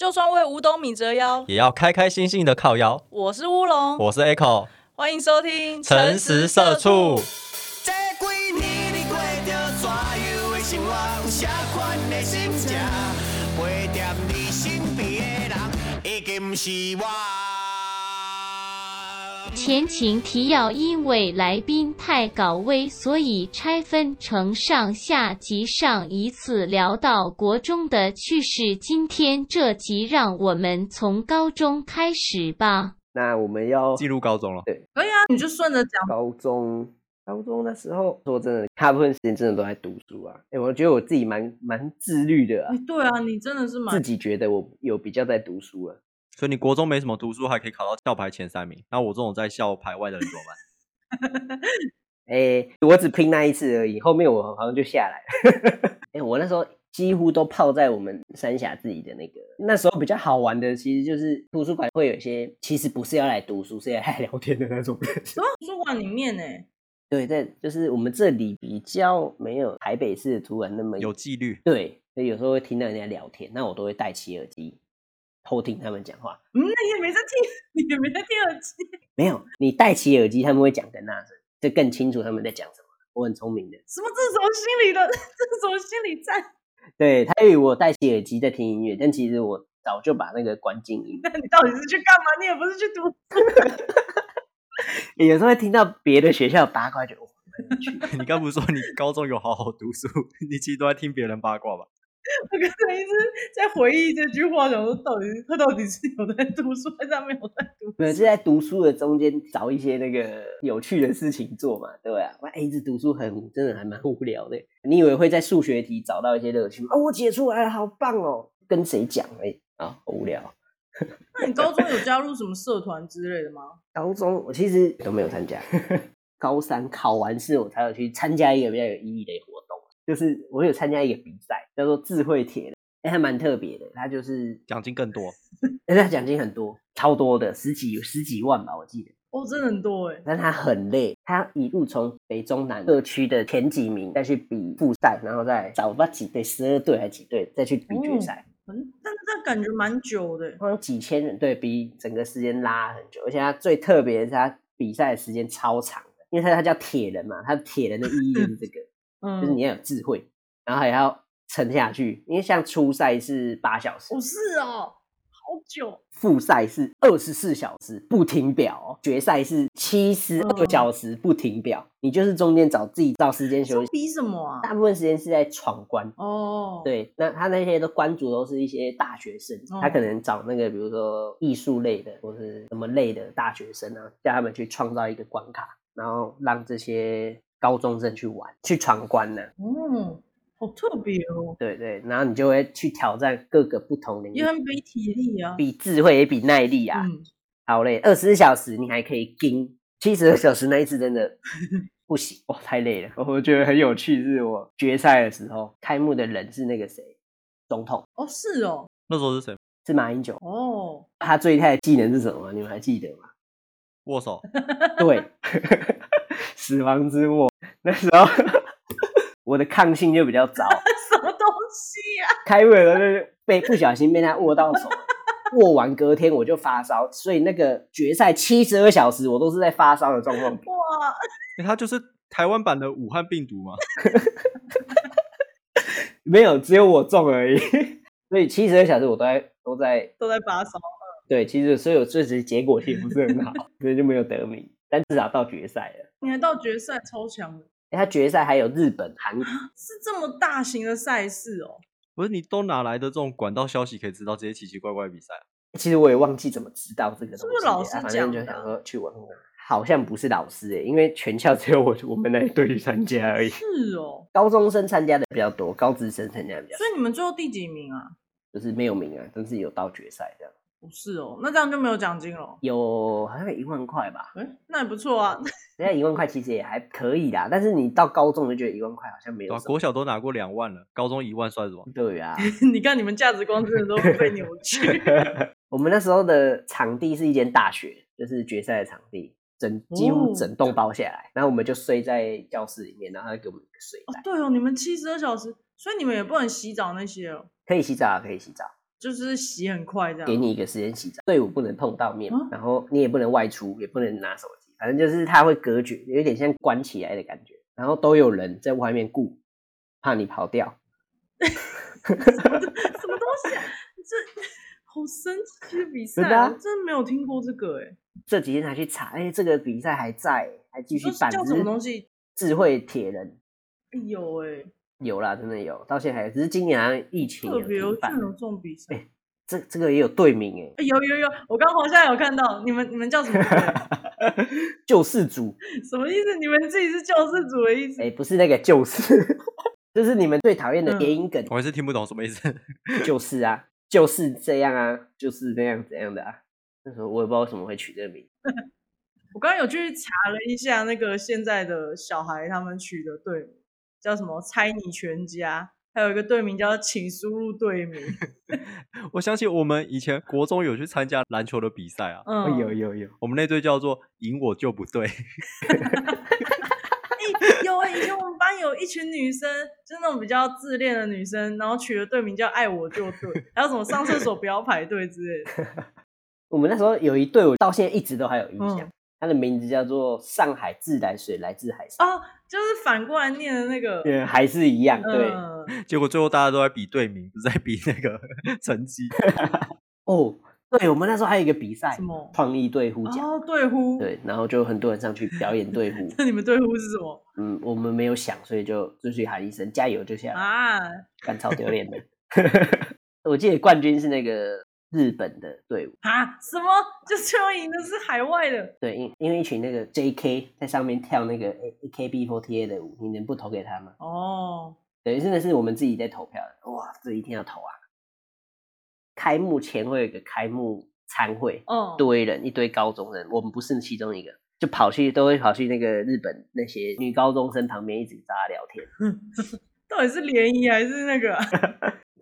就算为五斗米折 腰。也要开开心心的靠腰。我是乌龙，我是 Echo，欢迎收听《诚实社畜。。这几年你过着怎样的生活？有啥款的心情？陪在你身边的人，已经不是我。前情提要：因为来宾太搞微，所以拆分成上下集。上一次聊到国中的趣事，今天这集让我们从高中开始吧。那我们要进入高中了，可以啊，你就顺着讲。高中，高中那时候说真的，大部分时间真的都在读书啊。哎、我觉得我自己蛮蛮自律的啊哎，对啊，你真的是自蛮……己觉得我有比较在读书啊。所以你国中没什么读书，还可以考到校排前三名。那我这种在校排外的人怎么办？哎、我只拼那一次而已，后面我好像就下来了。 哎、我那时候几乎都泡在我们三峡自己的那个，那时候比较好玩的，其实就是图书馆会有一些，其实不是要来读书，是要来聊天的那种。什么图书馆里面欸呢、 对，在就是我们这里比较没有台北市的图书馆那么有纪律， 对，所以有时候会听到人家聊天，那我都会戴起耳机偷听他们讲话。嗯，那你也没在听，你也没在听耳机。没有，你戴起耳机，他们会讲更大声，就更清楚他们在讲什么。我很聪明的，什么？这是什么心理的？ 这是什么心理战？对他以为我戴起耳机在听音乐，但其实我早就把那个关静音。那你到底是去干嘛？你也不是去读。有时候会听到别的学校的八卦，就、哦、蛮有趣的你刚不是说你高中有好好读书， 你其实都在听别人八卦吧？我刚才一直在回忆这句话，想说到底是他到底是有在读书，还是他没有在读？没有，就在读书的中间找一些那个有趣的事情做嘛，对啊？哇，哎一直读书很真的还蛮无聊的。你以为会在数学题找到一些乐趣吗？哦，我解出来了，好棒哦！跟谁讲？哎、啊，好无聊。 那你高中有加入什么社团之类的吗？高中我其实都没有参加，高三考完试我才有去参加一个比较有意义的活动，就是我有参加一个比赛，叫做智慧铁人，哎、还蛮特别的。它就是奖金更多，哎，它奖金很多，超多的，十几十几万吧，我记得。哦，真的很多哎、但他很累，他一路从北中南各区的前几名再去比复赛，然后再找到几队，十二队还几队再去比决赛，很，嗯但是这感觉蛮久的欸、好像几千人对比，整个时间拉很久。而且他最特别的是，他比赛的时间超长的，因为他他叫铁人嘛，他铁人的意义就是这个，嗯，就是你要有智慧，然后还要撑下去。因为像初赛是八小时，哦，是哦，好久，复赛是二十四小时不停表哦、决赛是七十二小时不停表。你就是中间找自己找时间休息，比什么啊？大部分时间是在闯关。哦，，对，那他那些都关注都是一些大学生，他可能找那个比如说艺术类的或是什么类的大学生啊，叫他们去创造一个关卡，然后让这些高中生去玩去闯关呢、嗯，好特别哦，对对，然后你就会去挑战各个不同领域也，很比体力啊。比智慧也比耐力啊，嗯，好累，二十四小时你还可以盯，七十二小时那一次真的不行，哇，太累了。 我觉得很有趣，是我决赛的时候，开幕的人是那个谁，总统哦，是哦，那时候是谁？是马英九，哦，他最厉害的技能是什么？你们还记得吗？ 握手，对， 死亡之握。那时候 我的抗性就比较糟，什么东西啊？ 开会了就是被不小心被他握到手了，握完隔天我就发烧，所以那个决赛七十二小时我都是在发烧的状况。哇，因为他就是台湾版的武汉病毒嘛。没有，只有我中而已。 所以七十二小时我都在都在都在拔烧。对，其实所以我最实结果也不是很好，所以就没有得名，但至少到决赛了。你还到决赛超强的，诶他决赛还有日本、韩国，是这么大型的赛事哦。不是你都哪来的这种管道消息可以知道这些奇奇怪怪的比赛啊、其实我也忘记怎么知道这个是东不是西了，老师啊反讲正就的啊想说去玩玩。好像不是老师诶、欸因为全校只有我我们那一队去参加而已。是哦，高中生参加的比较多，高职生参加的比较所少，以你们最后第几名啊？就是没有名额，但是有到决赛这样，不是哦，那这样就没有奖金了。有好像有一万块吧，哎，那也不错啊。 人家一万块其实也还可以啦，但是你到高中就觉得一万块好像没有对啊，什么国小都拿过两万了，高中一万算什么？对啊，你看你们价值观真的都被扭 曲。哦我们那时候的场地是一间大学，就是决赛的场地，整哦几乎整栋包下来，然后我们就睡在教室里面，然后他给我们一个睡哦袋，对哦，你们七十二小时，所以你们也不能洗澡那些哦。可以洗澡啊，可以洗澡，就是洗很快这样。给你一个时间洗澡，队伍不能碰到面，啊然后你也不能外出，也不能拿手机，反正就是它会隔绝，有一点像关起来的感觉。然后都有人在外面顾，怕你跑掉。 什么东西、啊？这好神奇的比赛真的啊，啊我真的没有听过这个哎、这几天才去查，哎、这个比赛还在，还继续这是办。叫只什么是东西？智慧铁人哎有哎、有啦，真的有，到现在还只是今年好像疫情特有别有居停然办。有这种比赛。这这个也有队名哎、哎有有有，我刚好像有看到你们，你们叫什么名字？ 救世主什么意思？你们自己是救世主的意思哎、？不是那个救世， 就是你们最讨厌的嗯谐音梗，我还是听不懂什么意思。 就是啊，就是这样啊，就是那样怎样的啊。那时候我也不知道为什么会取这个名字，我刚刚有去查了一下那个现在的小孩他们取的队名叫什么？猜你全家，还有一个队名叫请输入队名。我相信我们以前国中有去参加篮球的比赛啊，嗯，哦有有，我们那队叫做“赢我就不对 哎 有哎、以前我们班有一群女生，就是那种比较自恋的女生，然后取的队名叫爱我就对， 还有什么上厕所不要排队之类的。我们那时候有一队，我到现在一直都还有印象，嗯它的名字叫做上海自来水来自海上，哦，就是反过来念的那个。嗯，还是一样，对。嗯，”，结果最后大家都在比队名，不是在比那个 成绩。哦，对，我们那时候还有一个比赛什么，创意队呼奖，哦，对呼，，对，然后就很多人上去表演队呼 那你们对呼是什么嗯，我们没有想，所以就就去喊一声加油就下来，啊？干超丢脸的。 我记得冠军是那个日本的队伍，啊，什么？就最后赢的是海外的，对，因因为一群那个 J.K. 在上面跳那个 AKB48 的舞，你能不投给他吗？哦，等于真的是我们自己在投票的，哇，这一定要投啊！开幕前会有一个开幕餐会，哦，一堆人，一堆高中生，我们不是其中一个，就跑去都会跑去那个日本那些女高中生旁边一直跟她聊天。到底是联谊还是那个 啊、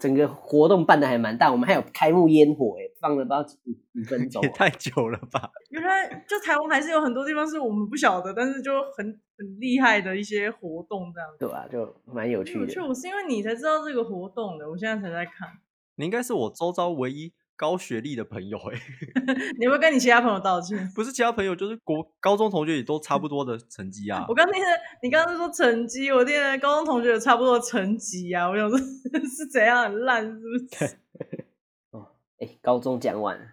整个活动办的还蛮大，我们还有开幕烟火、欸，放了不知道几几分 钟也啊哦、太久了吧？原来就台湾还是有很多地方是我们不晓得，但是就很很厉害的一些活动这样子。对吧、就蛮有趣有的趣，。我是因为你才知道这个活动的，我现在才在看。 你应该是我周遭唯一高学历的朋友哎、你要不要跟你其他朋友道歉？ 不是其他朋友，就是国高中同学也都差不多的成绩啊 我。刚听的，你刚刚是说成绩，我听的高中同学有差不多的成绩啊，我想说 是怎样很烂是不 是？哎、高中讲完了，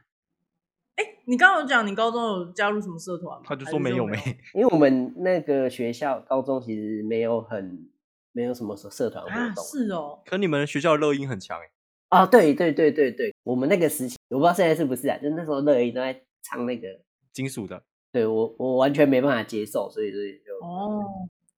你刚刚有讲你高中有加入什么社团吗？他就还说是没有没没，因为我们那个学校高中其实没有很没有什么社团活啊，动是哦， 可你们学校乐音很强哎、啊对对对对对，我们那个时期，我不知道现在是不是啊，就那时候乐音都在唱那个，金属的。对我我完全没办法接受，所以所以就哦，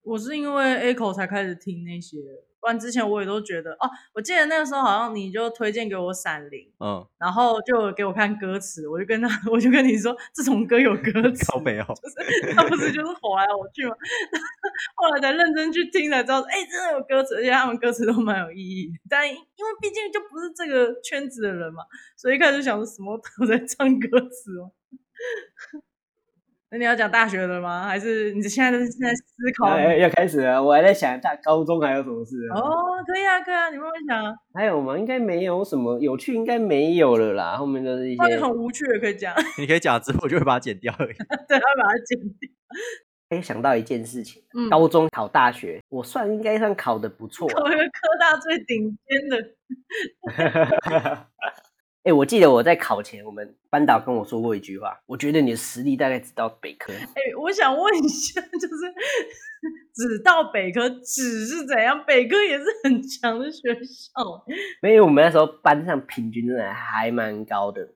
我是因为 Echo 才开始听那些，不然之前我也都觉得哦，我记得那个时候好像你就推荐给我《闪灵》，嗯，然后就有给我看歌词，我就跟他， 我就跟你说，这种歌有歌词，靠北哦， 就是他不是就是吼来吼去吗？ 后来才认真去听才知道，哎、真的有歌词，而且他们歌词都蛮有意义的。但因为毕竟就不是这个圈子的人嘛，所以一开始就想说什么都在唱歌词哦。那你要讲大学的吗？还是你现在在现在思考？哎、要开始了，我还在想大高中还有什么事啊、哦，可以啊，可以啊，你慢慢想啊，还有吗？应该没有什么有趣，应该没有了啦。后面都是一或些者很无趣也可以讲， 你可以假肢，我就会把它剪掉而已。对，他把它剪掉。 哎，想到一件事情，啊嗯高中考大学，我算应该算考的不错啊。考一个科大最顶尖的，哎，我记得我在考前，我们班导跟我说过一句话，我觉得你的实力大概只到北科。哎、我想问一下，就是 只到北科，只是怎样？北科也是很强的学校，没有，我们那时候班上平均真的还蛮高的，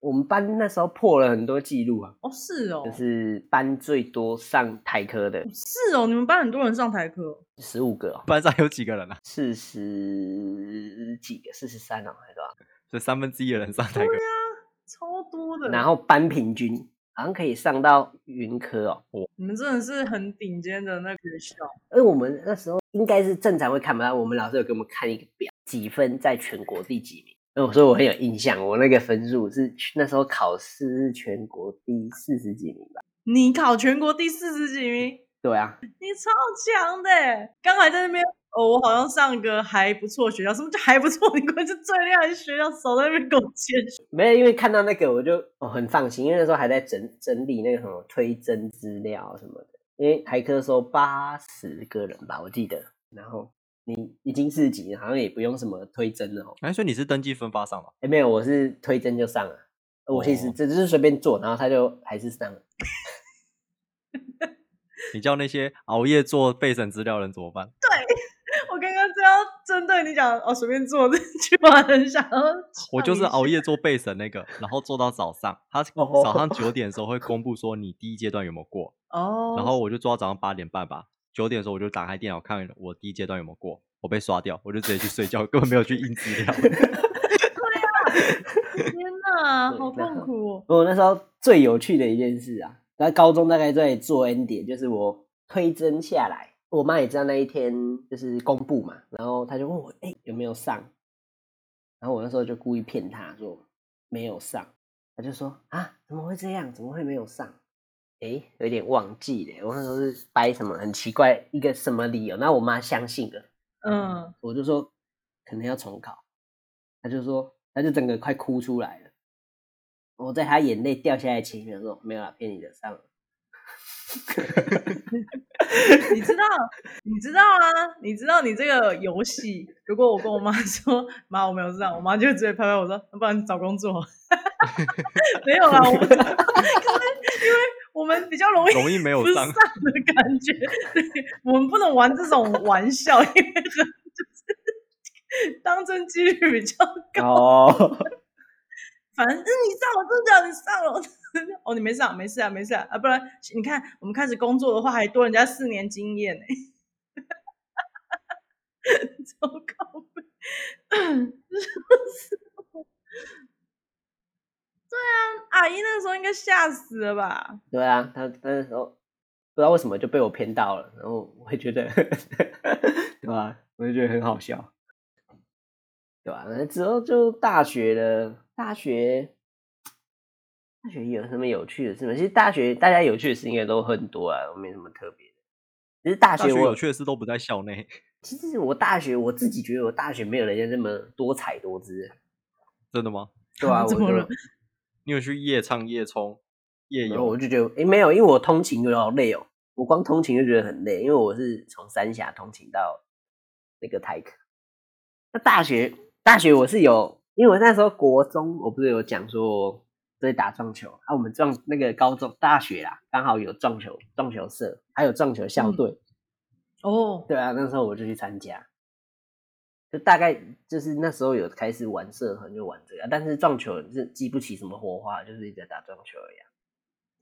我们班那时候破了很多记录啊，哦，是哦就，是班最多上台科的是哦，你们班很多人上台科哦，十五个、哦，班上有几个人啊？四十几个，四十三哦，还是多少？所以三分之一的人上台课。啊超多的。然后班平均好像可以上到云科哦。你们真的是很顶尖的那个学校，而我们那时候应该是正常会看不到，我们老师有给我们看一个表，几分在全国第几名。那我说我很有印象，我那个分数是那时候考试是全国第四十几名吧？你考全国第四十几名，对啊，你超强的欸！刚才在那边哦，我好像上个还不错学校，什么叫还不错？ 你根本就最厉害的学校，少在那边给我谦虚。没有，因为看到那个我就、哦、很放心，因为那时候还在整整理那个什么推甄资料什么的。因为台科收八十个人吧，我记得，然后你已经四级，好像也不用什么推甄了哦。哎，所以你是登记分发上了，哎，没有，我是推甄就上了，呃我其实哦这就是随便做，然后他就还是上了。你叫那些熬夜做备审资料的人怎么办？我刚刚正要针对你讲哦，随便做 这句话，很想要我就是呛一下熬夜做备审那个，然后做到早上，他哦早上九点的时候会公布说你第一阶段有没有过，哦，然后我就做到早上八点半吧，九点的时候我就打开电脑看我第一阶段有没有过，我被刷掉，我就直接去睡觉，根本没有去印资料。天哪，对好然痛后苦 哦！我那时候最有趣的一件事啊，在高中大概在做 N 点，就是我推甄下来，我妈也知道那一天就是公布嘛，然后她就问我，哎、有没有上？然后我那时候就故意骗她说没有上，她就说啊，怎么会这样？怎么会没有上？哎、有点忘记了，我那时候是掰什么很奇怪一个什么理由，那我妈相信了，嗯，我就说可能要重考，他就说他就整个快哭出来了。我在他眼泪掉下来前一秒说没有啦，骗你的上了。你知道，你知道啊，你知道你这个游戏，如果我跟我妈 说妈我没有这样，我妈就会直接拍拍我说，不然你找工作。 没有啦，我们 可是因为我们比较容易容易没有不上的感觉，对，我们不能玩这种玩笑，因为很就是 当真几率比较高。哦， 反正嗯，你上了，真的假的你上了， 哦，你没上，没事啊，没事啊，啊，不然你看我们开始工作的话，还多人家四年经验呢、 糟糕，对啊，阿姨那个时候应该吓死了吧？对啊，他他那时候不知道为什么就被我骗到了，然后我也觉得， 对吧、我就觉得很好笑，对吧、那之后就大学了，大学。大学有什么有趣的事吗？其实大学大家有趣的事应该都很多啊，没什么特别的。只是大大学学我有趣的事都不在校内，其实我大学我自己觉得我大学没有人家这么多彩多姿，真的吗？对啊，我怎么了就你有去夜唱、夜冲、夜然后我游？就觉得诶没有，因为我通勤就好累哦，我光通勤就觉得很累，因为我是从三峡通勤到那个台科。那大学大学我是有，因为我那时候国中我不是有讲说我在打撞球啊，我们撞那个高中大学啦，刚好有撞球撞球社，还有撞球校嗯队，哦，对啊，那时候我就去参加，就大概就是那时候有开始玩社团，就玩这个，啊但是撞球是激不起什么火花，就是一直在打撞球而已、啊。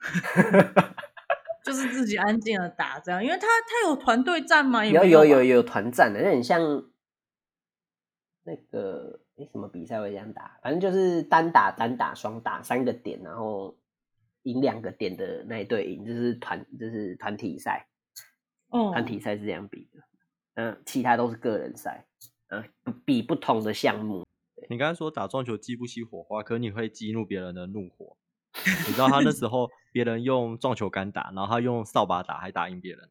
啊就是自己安静的打这样，因为他他有团队战吗？ 也有没有吧有有团战的，有点像那个诶什么比赛会这样打，反正就是单打、单打、双打三个点，然后赢两个点的那一队赢，就是团就是团体赛。哦团体赛是这样比的，嗯、其他都是个人赛，嗯、比不同的项目。你刚才说打撞球激不起火花，可你会激怒别人的怒火。你知道他那时候别人用撞球杆打，然后他用扫把打，还打赢别人。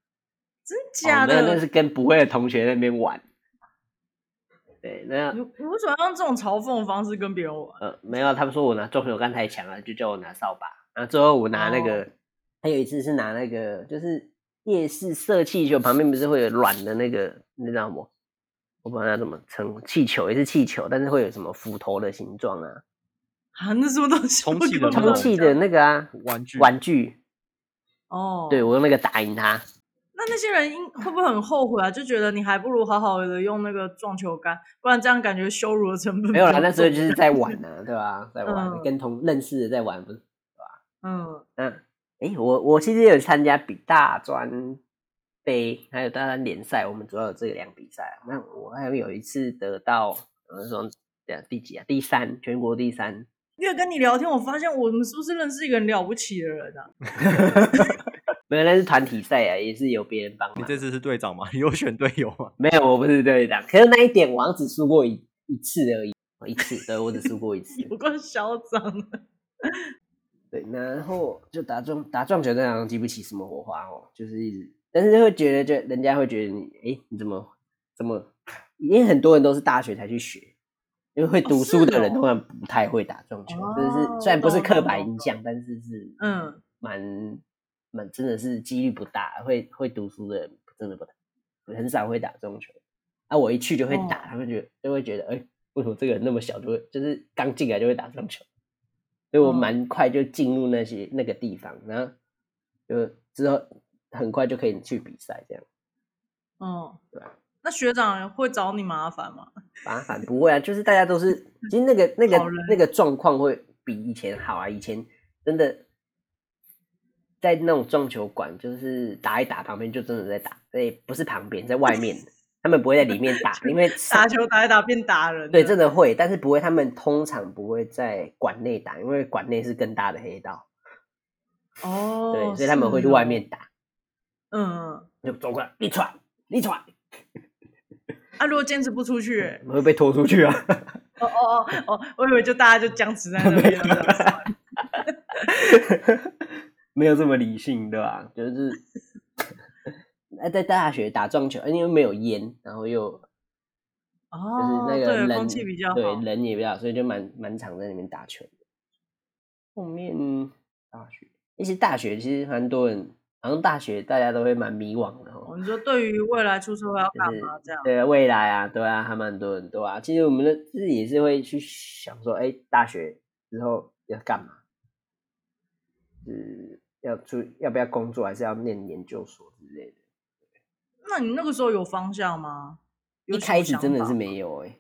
真假哦、的？那那是跟不会的同学那边玩。对，那你你为什么要用这种嘲讽的方式跟别人玩？呃没有，他们说我拿撞球杆太强了，就叫我拿扫把。然后最后我拿那个，哦还有一次是拿那个，就是夜市射气球旁边不是会有软的那个，你知道吗？我不知道它怎么称，气球也是气球，但是会有什么斧头的形状啊，啊，哦那什么东西？充气的我根本充那不种气知道的那个啊玩具玩具。哦，对我用那个打赢他，那那些人应会不会很后悔啊？就觉得你还不如好好的用那个撞球杆，不然这样感觉羞辱的成本没有啦，比较那时候重就是在玩啊，对吧、在玩，嗯跟同认识的在玩，不是嗯，嗯，诶，我我其实也有参加比大专杯，还有大专联赛，我们主要有这两比赛。啊那我还有一次得到，呃，说呃第几啊？第三，全国第三。越跟你聊天，我发现我们是不是认识一个很了不起的人啊？没有，那是团体赛啊，也是有别人帮你忙。这次是队长吗？ 你有选队友吗？没有，我不是队长，可是那一点我好像只输过一一次而已，哦一次，对我只输过一次。有够嚣张的，对，然后就打撞打撞球，真的好像激不起什么火花哦，就是一直，但是就会觉得，就人家会觉得你，哎，你怎么怎么？因为很多人都是大学才去学，因为会读书的人是哦通常不太会打撞球，哦真的是虽然不是刻板懂印象，但是是嗯，蛮蛮真的是几率不大，会会读书的人真的不大，很少会打撞球。啊，我一去就会打，他们觉得就会觉得，哎、为什么这个人那么小就会，就是刚进来就会打撞球？所以我哦蛮快就进入那些那个地方，然后就之后很快就可以去比赛这样。哦，对啊那学长会找你麻烦吗？麻烦不会啊，就是大家都是，其实那个那个好人那个状况会比以前好啊。以前真的在那种撞球馆，就是打一打，旁边就真的在打，对，不是旁边，在外面，他们不会在里面打，因为打球打一打变打人，对真的会，但是不会，他们通常不会在馆内打，因为馆内是更大的黑道，哦，对，所以他们会去是哦外，面打，嗯，就走过来，你传，你传，啊，如果坚持不出去欸，会被拖出去啊。哦哦哦哦，我以为就大家就僵持在那 边了， 没有这么理性，对吧？就是那在大学打撞球，因为没有烟，然后又就是哦，那个对，人、空气比较对好，人也比较好，所以就蛮蛮常在那边打球。后面大学，一些大学其实蛮多人，好像大学大家都会蛮迷惘的我哦，们说对于未来出社会要就干是嘛这样，对未来啊，对啊，还蛮多人对啊。其实我们的自己也是会去想说，哎，大学之后要干嘛？是要出要不要工作，还是要念研究所之类的？那你那个时候有方向吗？有一什开么始想真的法是吗没有哎、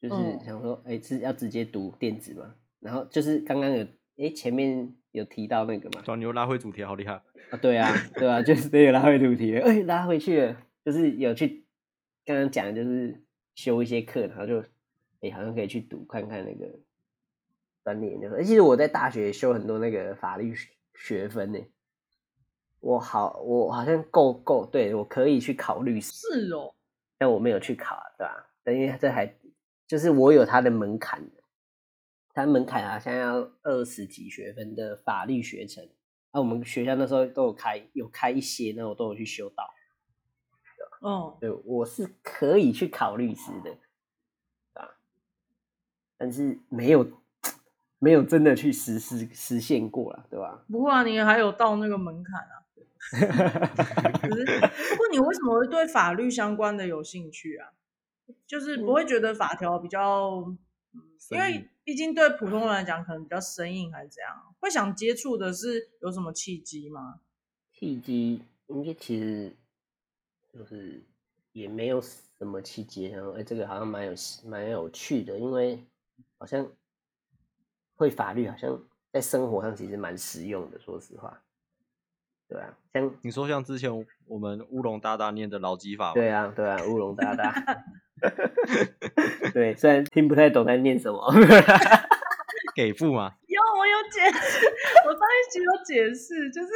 就是嗯想说哎、是要直接读电子嘛？然后就是刚刚有哎、前面有提到那个嘛，转牛拉回主题，好厉害！啊对啊对啊， 就是对拉回主题了，哎、拉回去了，就是有去刚刚讲的就是修一些课，然后就哎、好像可以去读看看那个专业研究所。哎其实我在大学修很多那个法律学学分呢、我好我好像够够，对我可以去考律师。是哦，但我没有去考、啊，对吧、但因为这还就是我有它的门槛的，它门槛啊，现在要二十几学分的法律学程。啊那、我们学校那时候都有开，有开一些，那我都有去修到。嗯，对，我是可以去考律师的，啊，但是没有没有真的去实施实现过了，对吧？ 不过啊，你还有到那个门槛啊。可是，不过你为什么会对法律相关的有兴趣啊？就是嗯不会觉得法条比较，嗯因生为硬毕竟对普通人来讲可能比较生硬，还是怎样？会想接触的是有什么契机吗？契机应该其实就是也没有什么契机，然后哎，这个好像蛮有蛮有趣的，因为好像会法律，好像在生活上其实蛮实用的，说实话，对啊，像你说像之前我们乌龙大大念的劳基法，对，啊对啊，乌龙大大， 对，虽然听不太懂在念什么， 啊给付嘛，有，我有解释，我上一集有解释，就是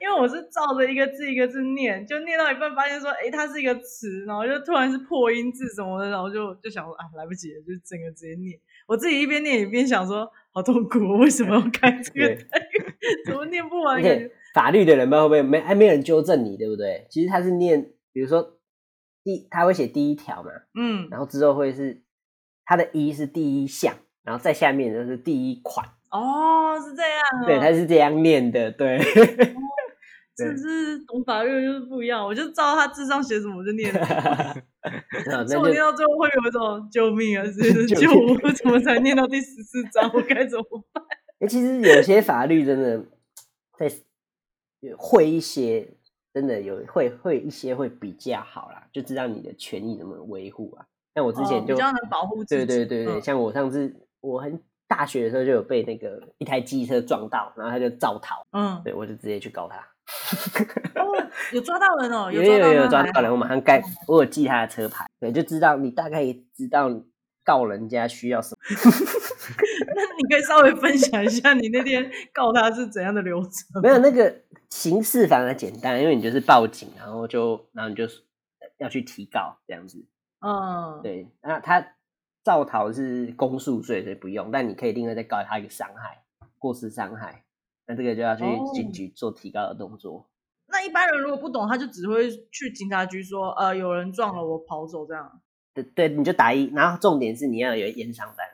因为我是照着一个字一个字念，就念到一半发现说，诶，它是一个词，然后就突然是破音字什么的，然后就就想说，啊，来不及了，就整个直接念。我自己一边念一边想说，好痛苦哦，为什么要开这个对单元？ 怎么念不完？而感且觉法律的人不知道会不会没哎没有人纠正你，对不对？其实他是念，比如说第他会写第一条嘛。嗯，然后之后会是它的一是第一项，然后在下面就是第一款，哦，是这样啊、对，它是这样念的，对， 只是懂法律就是不一样，我就照他字上写什么我就念什么。然后所以我 那念就到最后会有一种救命啊，是不是 救救命我！怎么才念到第十四章？我该怎么办？诶其实有些法律真的在会一些，真的有会会一些会比较好啦，就知道你的权益怎么维护啊。像我之前哦就、比较能保护自己。对对对对，嗯像我上次我很大学的时候就有被那个一台机车撞到，然后他就造逃，嗯，对我就直接去告他。哦，有抓到人哦，有抓到有有抓人到还人，好我马上盖，我有记他的车牌，对，就知道你大概也知道告人家需要什么。那 你可以稍微分享一下你那天告他是怎样的流程？ 没有那个刑事反而简单，因为你就是报警，然后就然后你就要去提告这样子。嗯，对，那他造逃是公诉罪，所以不用，但你可以另外再告他一个伤害，过失伤害。那这个就要去哦警局做提告的动作。那一般人如果不懂，他就只会去警察局说，呃，有人撞了我，跑走这样。对对，你就打一，然后重点是你要有验伤单，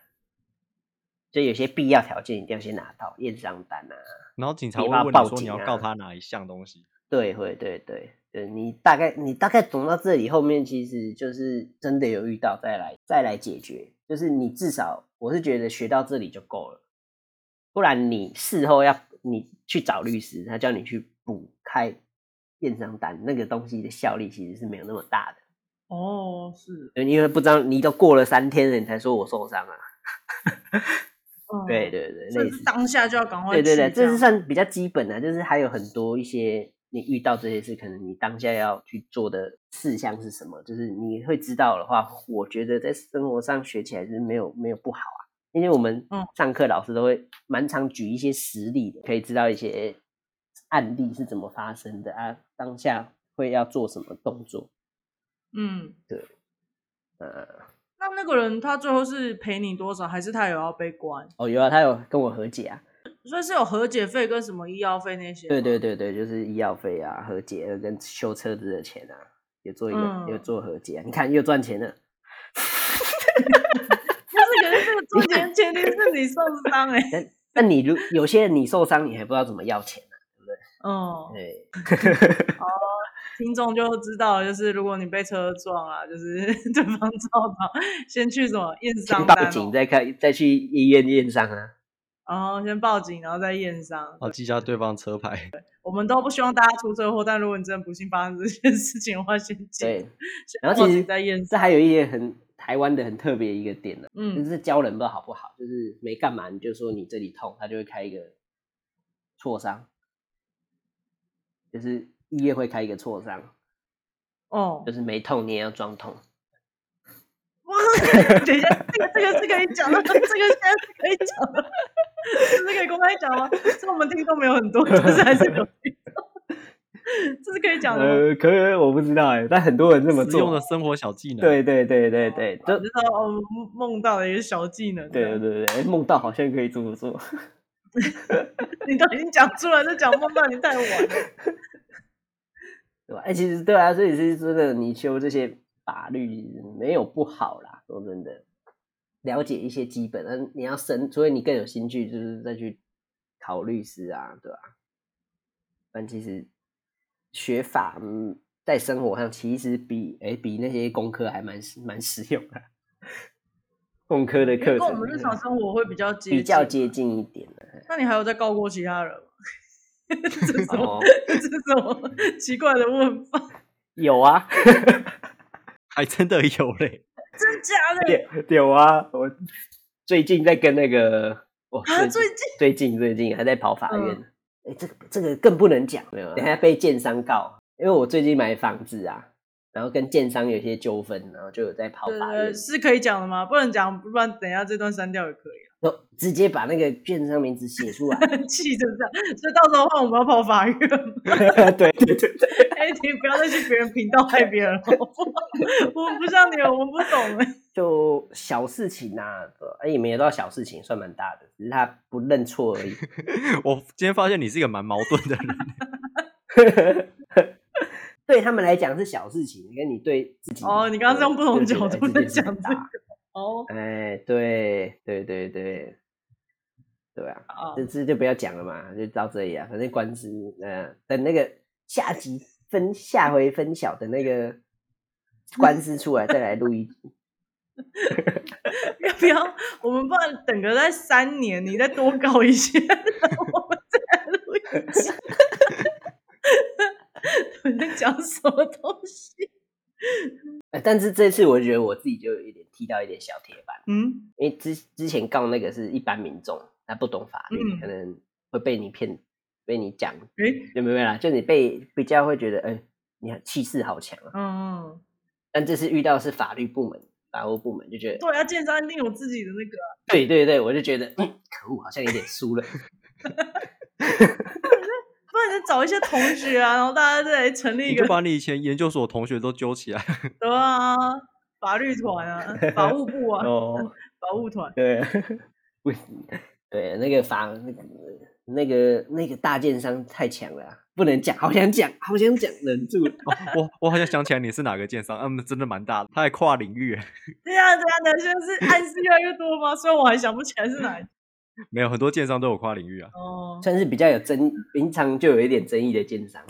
就有些必要条件一定要先拿到验伤单啊。然后警察你会把他问报你说你警要啊告他哪一项东西，对，会，对对对，你大概你大概懂到这里，后面其实就是真的有遇到再来再来解决，就是你至少我是觉得学到这里就够了，不然你事后要你去找律师，他叫你去补开验伤单，那个东西的效力其实是没有那么大的。哦，是，对因为不知道你都过了三天了，你才说我受伤啊？嗯、对，对对，所类以似是当下就要赶快对对对，去这是样算比较基本的，就是还有很多一些你遇到这些事，可能你当下要去做的事项是什么，就是你会知道的话，我觉得在生活上学起来是没有没有不好啊，因为我们嗯上课老师都会蛮常举一些实例的，可以知道一些案例是怎么发生的啊，当下会要做什么动作，嗯。呃。那那个人他最后是赔你多少，还是他有要被关？哦，有啊，他有跟我和解啊，所以是有和解费跟什么医药费那些。对对，对对，就是医药费啊、和解呃跟修车子的钱啊，也做一个、有嗯做和解、啊，你看又赚钱了。不是，可是这个 中间前提是你受伤哎、但那你如有些人你受伤，你还不知道怎么要钱、啊、 啊嗯，对，听众就知道了，就是如果你被车撞了、就是 对方撞到，先去什么验伤 嗯先单、报哦，警，再看，再去医院验伤啊。然后先报警，然后再验伤。啊要记下对方车牌。我们都不希望大家出车祸，但如果你真的不幸发生这件事情的话，先警，对，先然后报其警实再验这伤。还有一些很台湾的很特别一个点呢、就嗯，是教人不知道好不好，就是没干嘛你就说你这里痛，他就会开一个挫伤，就是医院会开一个挫伤，哦就，是没痛你也要装痛。哇，等一下，这个这个是可以 讲的，这个现在是可以讲的，这是可以公开讲吗？这我们听众没有很多，但是还是有听众，这是可以讲的吗？ 呃，可以，我不知道哎，但很多人 这么实用做的。生活小技能，对对对对对，我这知道哦，梦梦到的一个小技能。对对，对对，哎梦到好像可以这么做。 你都已经讲出来，再讲梦到你太晚 了。对吧？哎、其实对啊，所以其实真的，你修这些法律没有不好啦。说真的，了解一些基本，但你要深，除非你更有兴趣，就是再去考律师啊，对吧、但其实学法，嗯，在生活上其实比哎、比那些工科还蛮实蛮实用的。 工科的因课为跟程我们日常生活会比较接比较近接近一点的。那你还有在告过其他人吗？ 这是什么？哦，这是什么 奇怪的问法？有啊， 还真的有嘞。 真假的？有有啊，我最近在跟那个。我啊，最近最近最近还在跑法院嗯。哎、这个这个更不能讲，没有啊，等下被建商告。因为我最近买房子啊，然后跟建商有些纠纷，然后就有在跑对法对院，呃是可以讲的吗？不能讲，不然等一下这段删掉也可以。 就直接把那个建商名字写出 来。很气就是这样，所以到时候换我们要跑法院 吗。对对对对，哎、你不要再去别人频道害别人了，好 不好我们不像你，我们不懂 哎。就小事情啊，哎、也没有到小事情，算蛮大的，只是他不认错而已。我今天发现你是一个蛮矛盾的 人，对他们来讲是小事情，跟你对自己哦你刚刚是用不同就觉得角度哎在讲这件事很这大个哦 哎，对对对对，对啊，啊这次就不要讲了嘛，就到这里啊。反正官司，呃，等那个下集分下回分晓的那个官司出来，再来录一集。 要不要？我们不然等个在三年，你再多搞一些，然后我们再来录一集。你在讲什么东西？呃但是这次我觉得我自己就有一点踢到一点小铁板，嗯，因为之之前告那个是一般民众，他不懂法律，嗯可能会被你骗，被你讲，诶、有没有啦？就你被比较会觉得，哎、你很气势好强啊。嗯，但这次遇到的是法律部门、法务部门，就觉得对啊，建商一定有自己的那个啊、对对对，我就觉得，嗯，可恶，好像有点输了。不然你就找一些同学啊，然后大家再来成立一你个就把你以前研究所同学都揪起来， 对啊，法律团啊，法务部啊，哦， 法务团。对，为对那个法那个那个大建商太强了啊、不能讲，好想讲，好想讲，忍住。哦我我好像想起来你是哪个建商，嗯，真的蛮大的，他还跨领域，对啊，对啊，对啊，现在是暗示越来越多吗？虽然我还想不起来是哪一家 没有很多建商都有跨领域啊， 哦，算是比较有争，平常就有一点争议的建商。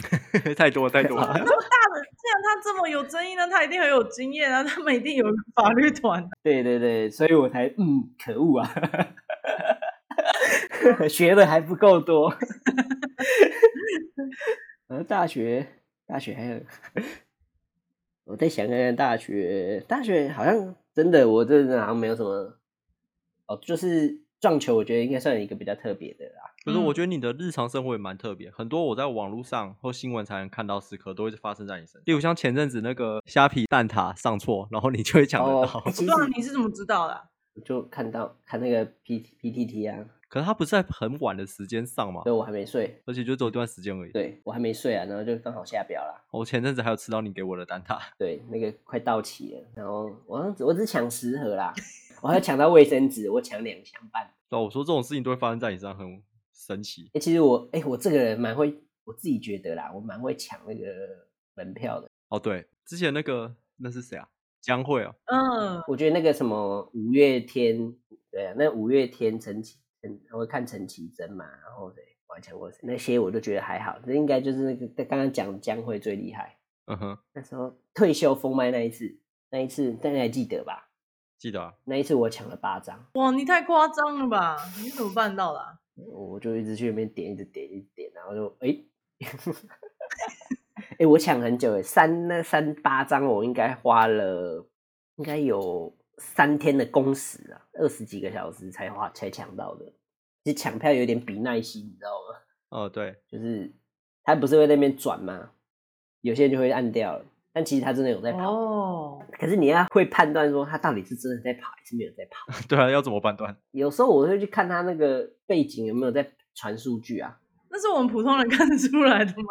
太多了太多 了。既然他这么有争议呢，他一定很有经验啊，他们一定有一个法律团。对对对，所以我才嗯，可恶啊， 学的还不够多。呃，大学大学还有，我再想看看大学，大学好像真的，我真的好像没有什么。哦，就是撞球，我觉得应该算一个比较特别的啦。可是我嗯觉得你的日常生活也蛮特别，很多我在网络上或新闻才能看到时刻都会发生在你身上。例如像前阵子那个虾皮蛋挞上错，然后你就会抢得到。哦，不其知实道你是怎么知道的啊、我就看到看那个 P P T T 啊，可是它不是在很晚的时间上嘛所，以我还没睡，而且就只有一段时间而已。嗯哦对我还没睡啊，然后就刚好下标啦。我前阵子还有吃到你给我的蛋挞，对，那个快到期了，然后我好像只我只抢十盒啦，我还抢到卫生纸，我抢两箱半。对啊，我说这种事情都会发生在你身上，很神奇。哎、其实我哎、我这个人蛮会，我自己觉得啦，我蛮会抢那个门票的。哦，对，之前那个那是谁啊？江蕙啊，嗯，我觉得那个什么五月天，对啊，那五月天陈绮，陈我会看陈绮贞嘛，然后对，我还抢过谁那些我都觉得还好，那应该就是那个刚刚讲江蕙最厉害，嗯哼，那时候退休封麦那一次，那一次大家还记得吧？记得啊。那一次我抢了八张。哇，你太夸张了吧？你怎么办到的啊、我就一直去那边点，一直点，一直点，然后就哎， 哎、我抢很久哎，三那三八张，我应该花了应该有三天的工时啊，二十几个小时才花才抢到的。其实抢票有点比耐心，你知道吗？哦，对， 就是他不是会在那边转吗？有些人就会按掉了，但其实他真的有在跑。哦，可是你要会判断说他到底是真的在跑还是没有在跑。对啊，要怎么判断？有时候我会去看他那个背景有没有在传数据啊。那是我们普通人看得出来的吗？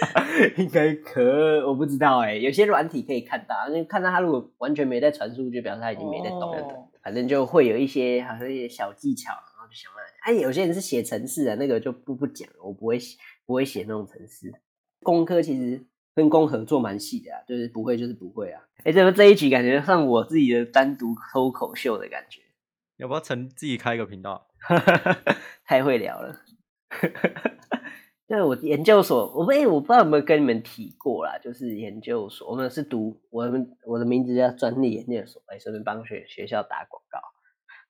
应该可我不知道哎、有些软体可以看到，因为看到他如果完全没在传输，就表示他已经没在动了。哦反正就会有一些好像一些小技巧，然后就想办法。哎、有些人是写程式啊的，那个就不不讲，我不会写，不会写那种程式。工科其实跟工合作蛮细的啊，就是不会就是不会啊。哎、这个这一局感觉像我自己的单独脱口秀的感觉，要不要成自己开一个频道啊？ 太会聊了。对，我研究所，我不、欸、我不知道有没有跟你们提过啦，就是研究所，我们是读我们我的名字叫专利研究所，哎、顺便帮学学校打广告。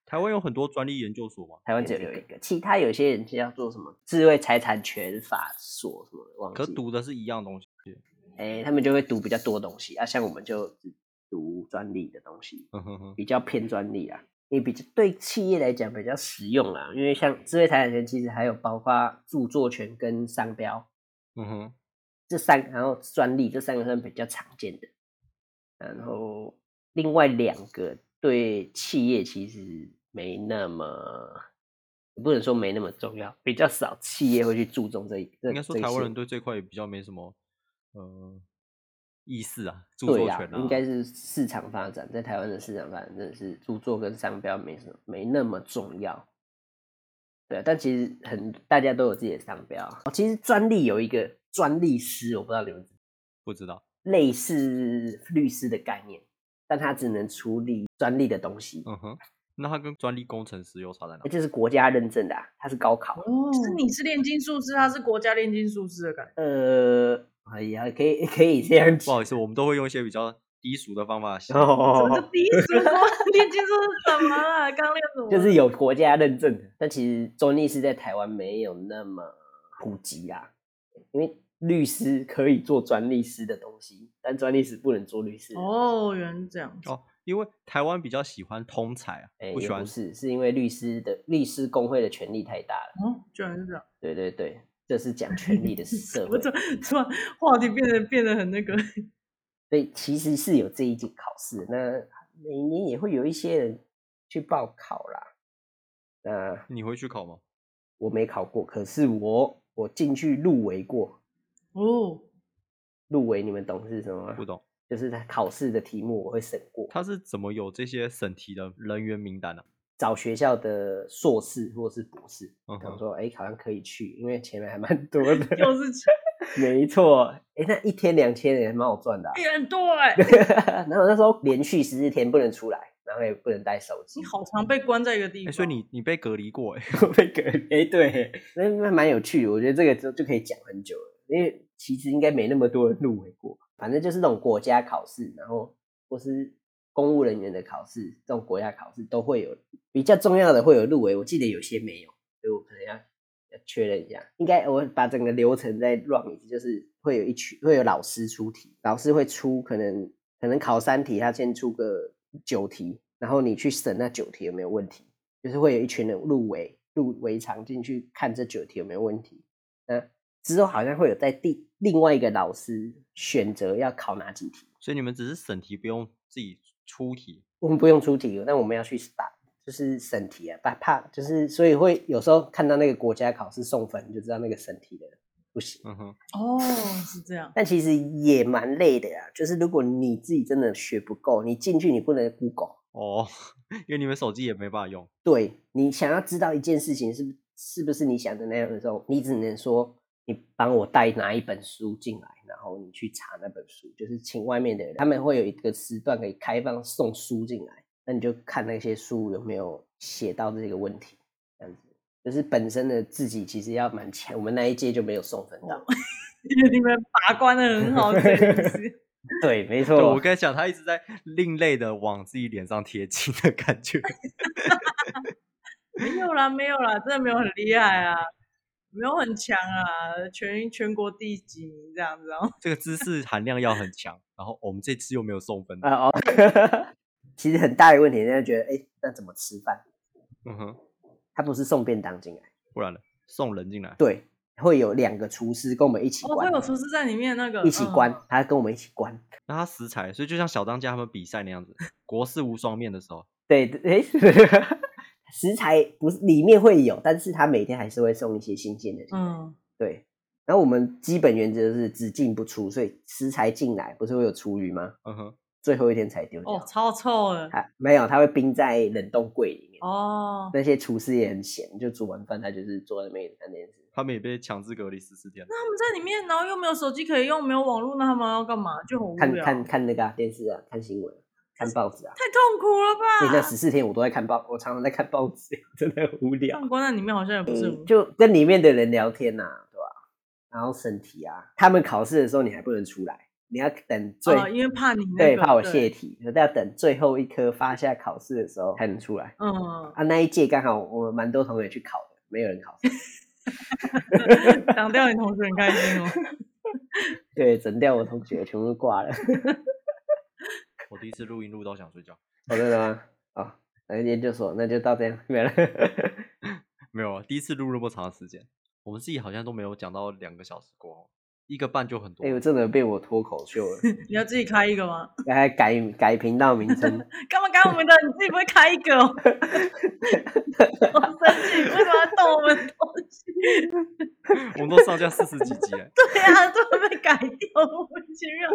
台湾有很多专利研究所嘛，台湾只有一个，其他有些人是要做什么智慧财产权法所什么的，忘可记。读的是一样东西。哎、他们就会读比较多东西啊，像我们就只读专利的东西。嗯哼哼，比较偏专利啊，也比较对企业来讲比较实用啦。因为像智慧财产权其实还有包括著作权跟商标嗯哼，这三，然后专利这三个算比较常见的。然后另外两个对企业其实没那么，不能说没那么重要，比较少企业会去注重这一。这应该说这一台湾些人对这块也比较没什么呃意识啊，著对作啦权，啊，应该是市场发展，在台湾的市场发展真的是著作跟商标没什么没那么重要。对啊，但其实很大家都有自己的商标。哦、其实专利有一个专利师，我不知道你们知不知道。类似律师的概念，但他只能处理专利的东西。嗯哼，那它跟专利工程师又差在哪哎，？这是国家认证的、啊，它是高考的。哦，是你是炼金术师，他是国家炼金术师的感觉。呃，哎呀，可以可以这样不讲好意思，我们都会用一些比较低俗的方 法写。什哦么是低俗？什么炼金术是什么啊？刚练什么？就是有国家认证的，但其实专利是在台湾没有那么普及啊，因为律师可以做专利师的东西，但专利师不能做律师啊的东西。哦，原来是这样子。哦，因为台湾比较喜欢通才啊，哎，不喜也欢不是，是因为律师的律师工会的权力太大了。哦，居然是这样。对对对，这是讲权 力的社我会，怎么突然话题变得变得很那个？所以其实是有这一届考试，那每年也会有一些人去报考啦。那你会去考吗？我没考过，可是我我进去入围过，哦，入围你们懂是什么吗？不懂，就是他考试的题目我会审过，他是怎么有这些审题的人员名单呢、找学校的硕士或是博士，嗯想哼说哎、诶好像可以去，因为钱还蛮 多的。又是没错，哎、那一天两千也蛮好赚的啊、也很多哎、 然后那时候连续十四天不能出来，然后也不能带手机你，好常被关在一个地哎，方，所以你你被隔离过哎， 被隔离。哎、对，那那蛮有趣的，我觉得这个就就可以讲很久了，因为其实应该没那么多人入围过，反正就是那种国家考试，然后或是公务人员的考试，这种国家考试都会有比较重要的会有入围，我记得有些没有，所以我可能要要确认一下，应该我把整个流程再 run 一次，就是会有一群会有老师出题，老师会出可能可能考三题，他先出个九题，然后你去审那九题有没有问题，就是会有一群人入围入围场进去看这九题有没有问题。那之后好像会有在第另外一个老师选择要考哪几题，所以你们只是审题不用自己出题，我们不用出题了，但我们要去打，就是审题啊，怕怕就是所以会有时候看到那个国家考试送分，你就知道那个审题的不行。嗯哼，哦是这样，但其实也蛮累的啊，就是如果你自己真的学不够，你进去你不能 Google，哦， 因为你们手机也没办法用，对你想要知道一件事情是不是不是你想的那样的时候，你只能说你帮我带拿一本书进来，然后你去查那本书，就是请外面的人，他们会有一个时段可以开放送书进来，那你就看那些书有没有写到这个问题，这样子。就是本身的自己其实要蛮强，我们那一届就没有送分到。因为你们把关的很 好，这个意思对，没错对，我跟你讲，他一直在另类的往自己脸上贴金的感觉，没有啦，没有啦，真的没有很厉害啊，没有很强啊，全全国第几名这样子哦。这个知识含量要很强。然后我们这次又没有送分，啊哦， 其实很大的问题，人家觉得，哎、那怎么吃饭？嗯哼，他不是送便当进来，不然呢，送人进来，对，会有两个厨师跟我们一起哦，关，会有厨师在里面那个一起嗯关，他跟我们一起关。那他食材，所以就像小当家他们比赛那样子，国士无双面的时候，对，哎、食材不是里面会有，但是他每天还是会送一些新鲜的进来。嗯，对，然后我们基本原则是只进不出，所以食材进来不是会有厨余吗？嗯哼，最后一天才丢掉。哦，超臭的啊，没有，他会冰在冷冻柜里面。哦，那些厨师也很闲，就煮完饭他就是坐在那边看电视。他们也被强制隔离十四天，他们在里面，然后又没有手机可以用，没有网络，那他们要干嘛？就很无看聊，看看那个、啊、电视啊，看新闻啊、看报纸啊。太痛苦了欸那吧？十四天我都在看报，我常常在看报纸， 真的很无聊。放关在里面好像也不是很无嗯就跟里面的人聊天呐、对吧、然后审题啊，他们考试的时候你还不能出来，你要等最、啊，因为怕你那对个怕我泄，题，要等最后一科发下考试的时候才能出来。嗯，啊，那一届刚好我们蛮多同学去考的，没有人考试。 挡掉你同学很开心哦。对，整掉我同学全部挂了。 我第一次录音录到想睡觉，哦，真的吗？哦，那研究所那就到这样没了。 没有啊，第一次录那么长的时间，我们自己好像都没有讲到两个小时过后，一个半就很多哎、我了，真的被我脱口秀 了，你要自己开一个吗？还改改频道名称。干嘛改我们的？你自己不会开一个 哦？好生气！为什么要动我们的东西？我们都上架四十几集了，对呀、啊，都会被改掉，莫名其妙，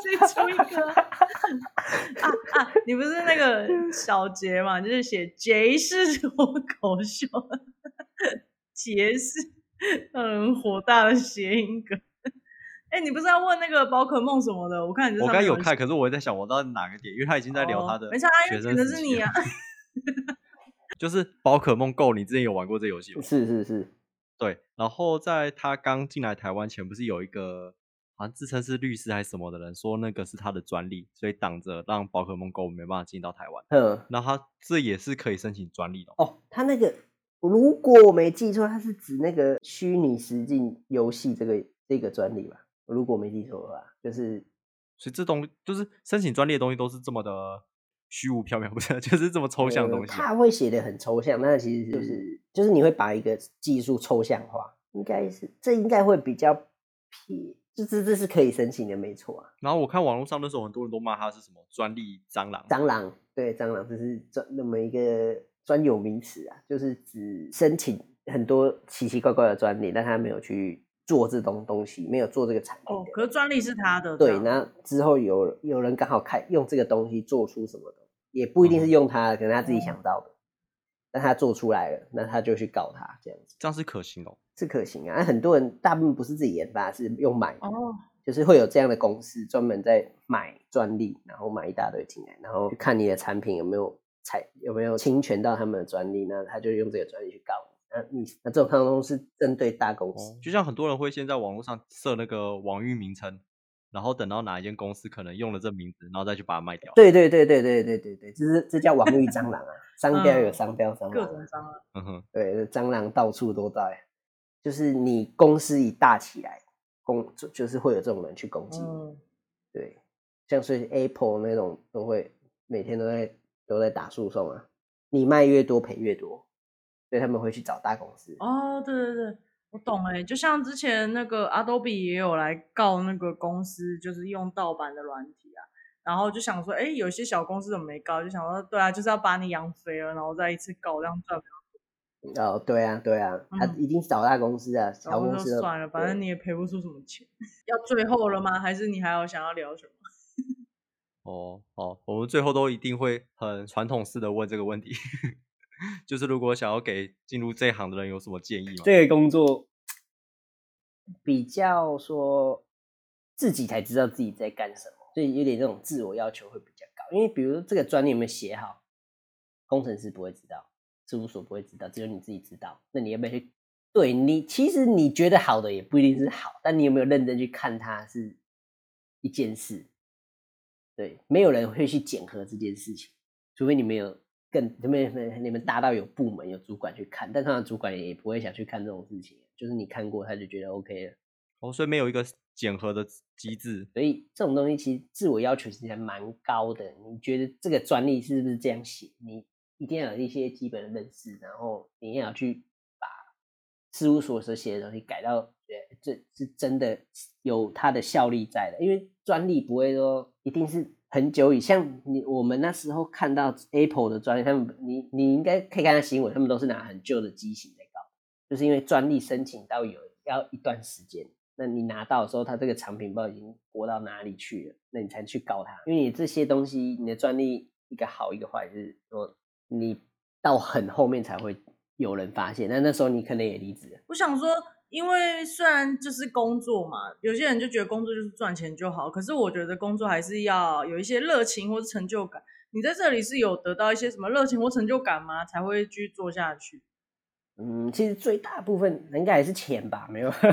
最出一个啊啊啊！你不是那个小杰嘛？就是写杰是脱口秀，杰是让人火大的谐音梗。哎、你不是要问那个宝可梦什么的？我看你这我上刚面有人看，可是我在想我到底哪个点，因为他已经在聊他哦的没事啊，因学为生可时是期你了啊，就是宝可梦 Go，你之前有玩过这游戏吗？是是是，对，然后在他刚进来台湾前，不是有一个好像自称是律师还是什么的人说那个是他的专利，所以挡着让宝可梦 Go 没办法进到台湾。嗯，那他这也是可以申请专利的哦，哦，他那个如果我没记错，它是指那个虚拟实境游戏这个这个专利吧？如果我没记错的话，就是所以这东就是申请专利的东西都是这么的虚无缥缈，不是 就是这么抽象的呃东西啊。他会写的很抽象，那其实就是就是你会把一个技术抽象化，应该是这应该会比较偏，这这这是可以申请的，没错啊。然后我看网络上那时候很多人都骂他是什么专利蟑螂，蟑螂，对，蟑螂这是专那么一个专有名词啊，就是指申请很多奇奇怪怪的专利，但他没有去做这种东西，没有做这个产品哦的。，可是专利是他的，这对，样那之后有有人刚好看用这个东西做出什么的，也不一定是嗯用它的，可能他自己想到的。但他做出来了，那他就去告他，这样子这样是可行的哦。是可行啊。那很多人大部分不是自己研发，是用买的哦，就是会有这样的公司专门在买专利，然后买一大堆进来，然后看你的产品有没有采有没有侵权到他们的专利，那他就用这个专利去告你。那你那这种通通是针对大公司，哦，就像很多人会先在网络上设那个网域名称，然后等到哪一间公司可能用了这名字，然后再去把它卖掉。对对对对对对对对，这是这叫网域蟑螂啊，商标有商标蟑各螂啊、种蟑螂，嗯哼，对，蟑螂到处都在，啊就是你公司一大起来，攻就就是会有这种人去攻击你，嗯，对，像是 Apple 那种都会每天都在都在打诉讼啊，你卖越多赔越多，所以他们会去找大公司。哦，对对对，我懂哎、就像之前那个 Adobe 也有来告那个公司，就是用盗版的软体啊，然后就想说，哎，有些小公司怎么没告？就想说，对啊，就是要把你养肥了，然后再一次告，这样赚。哦，对啊，对啊，他嗯一定是找大公司啊，然小后公就司都算了，反对正你也赔不出什么钱。 要最后了吗？还是你还有想要聊什么？哦，好，我们最后都一定会很传统式的问这个问题， 就是如果想要给进入这一行的人有什么建议吗？这个工作比较说自己才知道自己在干什么，所以有点这种自我要求会比较高。因为比如说这个专利有没有写好，工程师不会知道，事务所不会知道，只有你自己知道。那你要不要去？对你，其实你觉得好的也不一定是好，但你有没有认真去看它是一件事。对，没有人会去检核这件事情。除非你们有更你们你们大到有部门有主管去看，但通常主管也不会想去看这种事情，就是你看过他就觉得 OK 了。哦，所以没有一个检核的机制。所以这种东西其实自我要求其实还蛮高的。你觉得这个专利是不是这样写？你一定要有一些基本的认识，然后你也要去把事务所所写的东西改到，呃，这是真的有它的效力在的。因为专利不会说一定是很久以，像你我们那时候看到 Apple 的专利，他们你你应该可以看到新闻，他们都是拿很旧的机型在搞，就是因为专利申请到有要一段时间。那你拿到的时候，它这个产品不知道已经播到哪里去了，那你才去告它。因为你这些东西，你的专利一个好一个坏，就是说你到很后面才会有人发现。那那时候你可能也离职了，我想说，因为虽然就是工作嘛，有些人就觉得工作就是赚钱就好，可是我觉得工作还是要有一些热情或是成就感。你在这里是有得到一些什么热情或成就感吗？才会继续做下去？嗯，其实最大部分应该还是钱吧，没有。 这么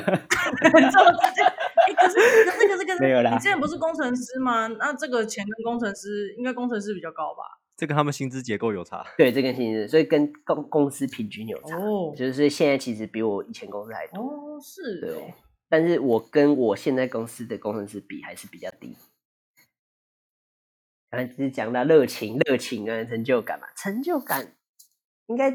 直接？哎，可是可是可是可是，没有啦你之前不是工程师吗？那这个钱跟工程师应该工程师比较高吧？这跟他们薪资结构有差。对，这跟薪资，所以跟公公司平均有差。哦就是现在其实比我以前公司还多，哦，是对哦哦。但是我跟我现在公司的工程师比还是比较低。刚才只是讲到热情、热情跟成就感嘛，成就感应该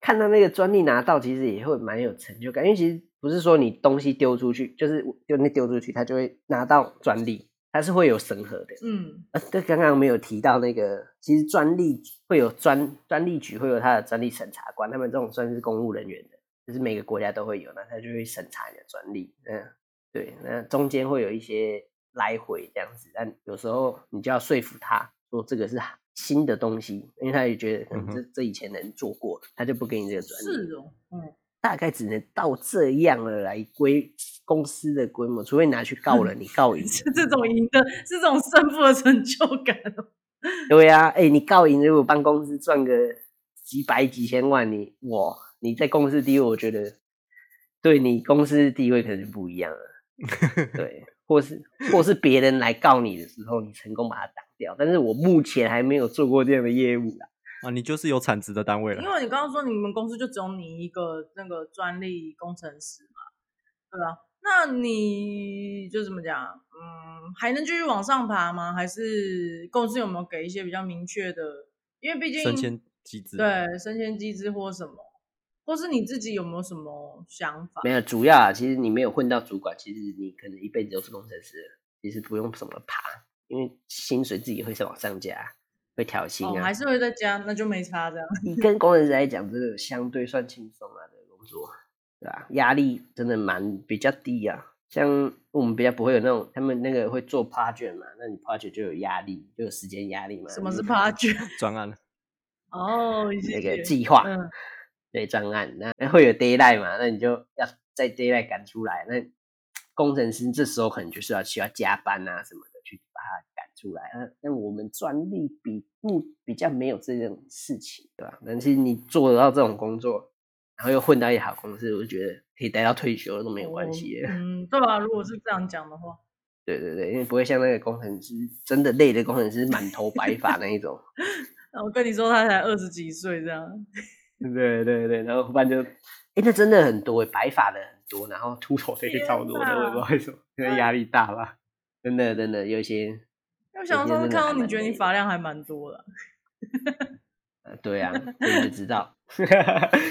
看到那个专利拿到，其实也会蛮有成就感，因为其实不是说你东西丢出去，就是就那丢出去，它就会拿到专利，它是会有审核的。嗯，呃，对，刚刚没有提到那个，其实专利会有专专利局会有他的专利审查官，他们这种算是公务人员的，就是每个国家都会有，那他就会审查你的专利。嗯，对，那中间会有一些来回这样子，但有时候你就要说服他说这个是新的东西，因为他也觉得可能嗯哼这这以前人做过，他就不给你这个专利。是哦，嗯， 大概只能到这样了来规公司的规模，除非你拿去告人，你告赢了。是这种赢的，是这种胜负的成就感哦。 对呀、哎、你告赢，如果帮公司赚个几百几千万，你哇，你在公司地位，我觉得对你公司地位可能就不一样了。对，或是或是别人来告你的时候，你成功把它挡掉。但是我目前还没有做过这样的业务啦。啊，你就是有产值的单位因了。为你刚刚说你们公司就只有你一个那个专利工程师嘛，对啊，那你就怎么讲？嗯，还能继续往上爬吗？还是公司有没有给一些比较明确的？因为毕竟升迁机制，，对升迁机制或什么，或是你自己有没有什么想法？没有，主要啊，其实你没有混到主管，其实你可能一辈子都是工程师了，其实不用什么爬，因为薪水自己会往上加，会调薪哦，啊。还是会在家，那就没差这样。你跟工程师来讲，这个相对算轻松啊，这个工作，对吧、压力真的蛮比较低啊。像我们比较不会有那种，他们那个会做啊 project 嘛，那你 project 就有压力，就有时间压力嘛。什么是你 project？专案哦，那那个计划，嗯对专案，那那会有 d a y l i g h t 嘛？那你就要在 d a y l i g h t 赶出来。那工程师这时候可能就是要需要加班啊什么的去把它赶出来。那那我们专利比目比较没有这种事情，对吧？但是你做得到这种工作，然后又混到一好公司，我就觉得可以待到退休都没有关系哦了。 嗯，对吧？如果是这样讲的话，对对对，因为不会像那个工程师真的累的工程师满头白发那一种。那我跟你说，他才二十几岁这样， 对对对，然后后半就，哎，那真的很多诶，白发的很多，然后秃头的也天超多的，我也不知哪道为什么，因为压力大吧。真的真的有一些，我想天说真的看到还你蛮觉得你累的发量还蛮多的，呃对啊，所以就知 道，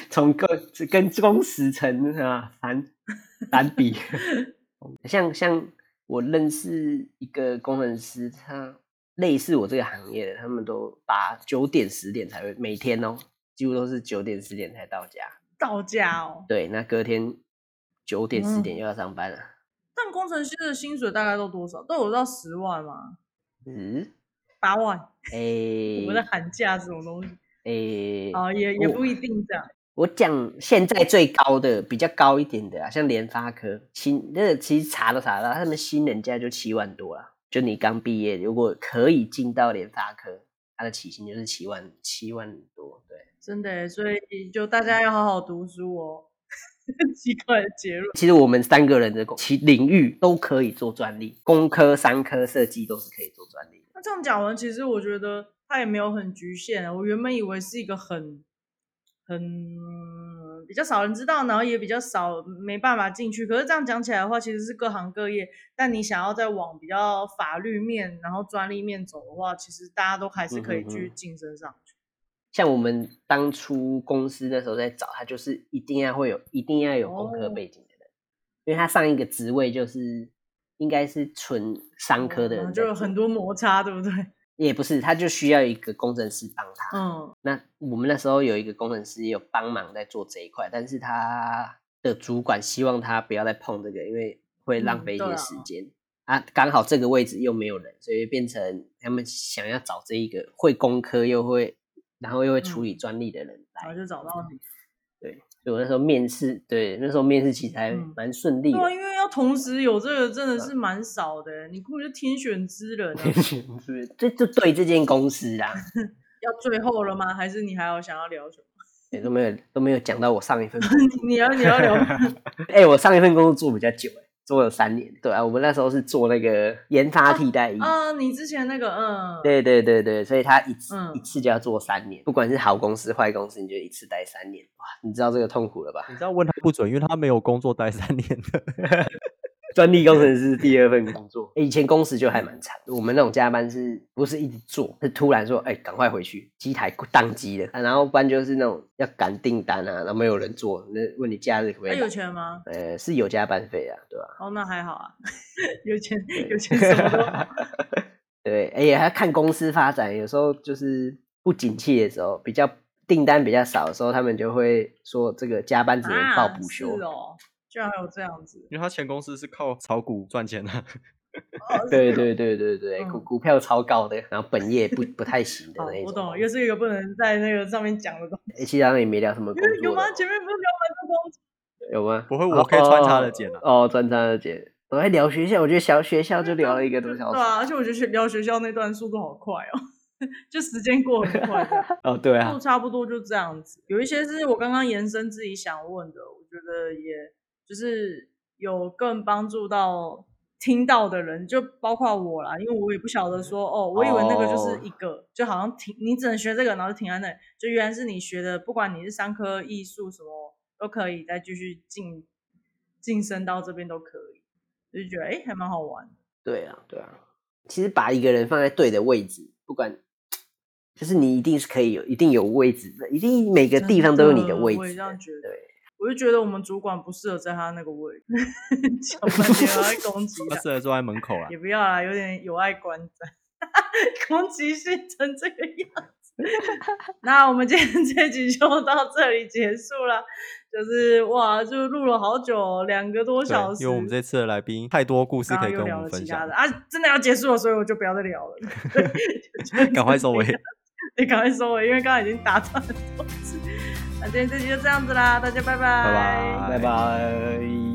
从个跟工时辰啊反反 比，像像我认识一个工程师，他类似我这个行业的，他们都八九点十点才会每天哦，几乎都是九点十点才到家。到家哦。对，那隔天九点十嗯点又要上班了。但工程师的薪水大概都多少？都有到十万吗？嗯，八万？诶、我们在喊价什么东西？诶、哦，也也嗯我不一定这样。我讲现在最高的，比较高一点的啊，像联发科新，那个其实查都查得到，他们新人价就七万多了。就你刚毕业，如果可以进到联发科，它的起薪就是七万七万多，对。真的耶，所以就大家要好好读书哦。 奇怪的结论，其实我们三个人的工其领域都可以做专利，工科、商科、设计都是可以做专利的。那这样讲完，其实我觉得它也没有很局限啊。我原本以为是一个很很比较少人知道，然后也比较少没办法进去。可是这样讲起来的话，其实是各行各业。但你想要再往比较法律面，然后专利面走的话，其实大家都还是可以嗯哼去哼晋升上去。像我们当初公司那时候在找他，就是一定要会有，一定要有工科哦背景的人，因为他上一个职位就是应该是纯商科的然后人在啊哦就嗯做，有很多摩擦，对不 对？也不是，他就需要一个工程师帮他。嗯，那我们那时候有一个工程师也有帮忙在做这一块，但是他的主管希望他不要再碰这个，因为会浪嗯费一对些啊时间。啊，刚好这个位置又没有人，所以变成他们想要找这一个会工科又会，然后又会嗯处理专利的人来然后。就找嗯到你。所以我那时候面试，对，那时候面试其实还嗯蛮顺利的对啊，，因为要同时有这个嗯真的是蛮少的，欸你根本就天选之人 啊、是不是这就对这间公司啊啦，要最后了吗？还是你还有想要聊什么？也都没有都没有讲到我上一份工 你你要你要聊 哎、我上一份工作做比较久、哎，做了三年。对啊，我们那时候是做那个研发替代役。啊？你之前那个嗯，对对对对，所以他一次、嗯一次就要做三年，不管是好公司坏公司，你就一次待三年。哇，你知道这个痛苦了吧？你这样问他不准，因为他没有工作待三年 的。专利工程师第二份工 作，哎以前工时就还蛮长，我们那种加班是不是一直做，是突然说，哎、赶快回去，机台宕机了、啊然后不然就是那种要赶订单啊，然后没有人做，那问你假日可不可那以啊有来？钱吗？呃，是有加班费啊，对吧、哦，那还好啊，有钱对有钱什么都好对，哎、也还要看公司发展，有时候就是不景气的时候，比较订单比较少的时候，他们就会说这个加 班只能啊，报补是休。哦，居然还有这样子，因为他前公司是靠炒股赚钱的、哦对对对对对，股嗯股票超高的，然后本业不不太行的好那一种。我懂，又是一个不能在那个上面讲的东西。哎其实好像也没聊什么工作的有吗？哦前面不是聊蛮多东西？有吗？哦不会我可以穿插着剪啊哦，哦穿插的剪。我还聊学校，我觉得小学校就聊了一个多小对啊，时。而且我觉得学聊学校那段速度好快哦， 就时间过很快这样。哦，对啊就，差不多就这样子。有一些是我刚刚延伸自己想问的，我觉得也就是有更帮助到听到的人，就包括我啦，因为我也不晓得说哦，我以为那个就是一个，就好像停，你只能学这个，然后就停在那里。就原来是你学的，不管你是商科、艺术什么都可以，再继续进晋升到这边都可以，就觉得哎、诶还蛮好玩的。对啊，对啊。其实把一个人放在对的位置，不管就是你一定是可以有，一定有位置的，一定每个真地方都有你的位我也置这样的。觉得。对，我就觉得我们主管不适合在他那个位置， 讲半天还在攻击他他，适合坐在门口啦啊也。不要啦，有点有碍观瞻， 攻击性成这个样子。那我们今天 这集就到这里结束了，就是哇，就录了好久哦，两个 多对小，时，因为我们这次的来宾太多故事刚可刚以又跟聊我了们其分他享的，啊，真的要结束了，所以我就不要再聊了，对 赶快收尾。得赶快收尾，因为刚刚已经打断了。那今天这集就这样子啦，大家拜拜，拜拜拜拜。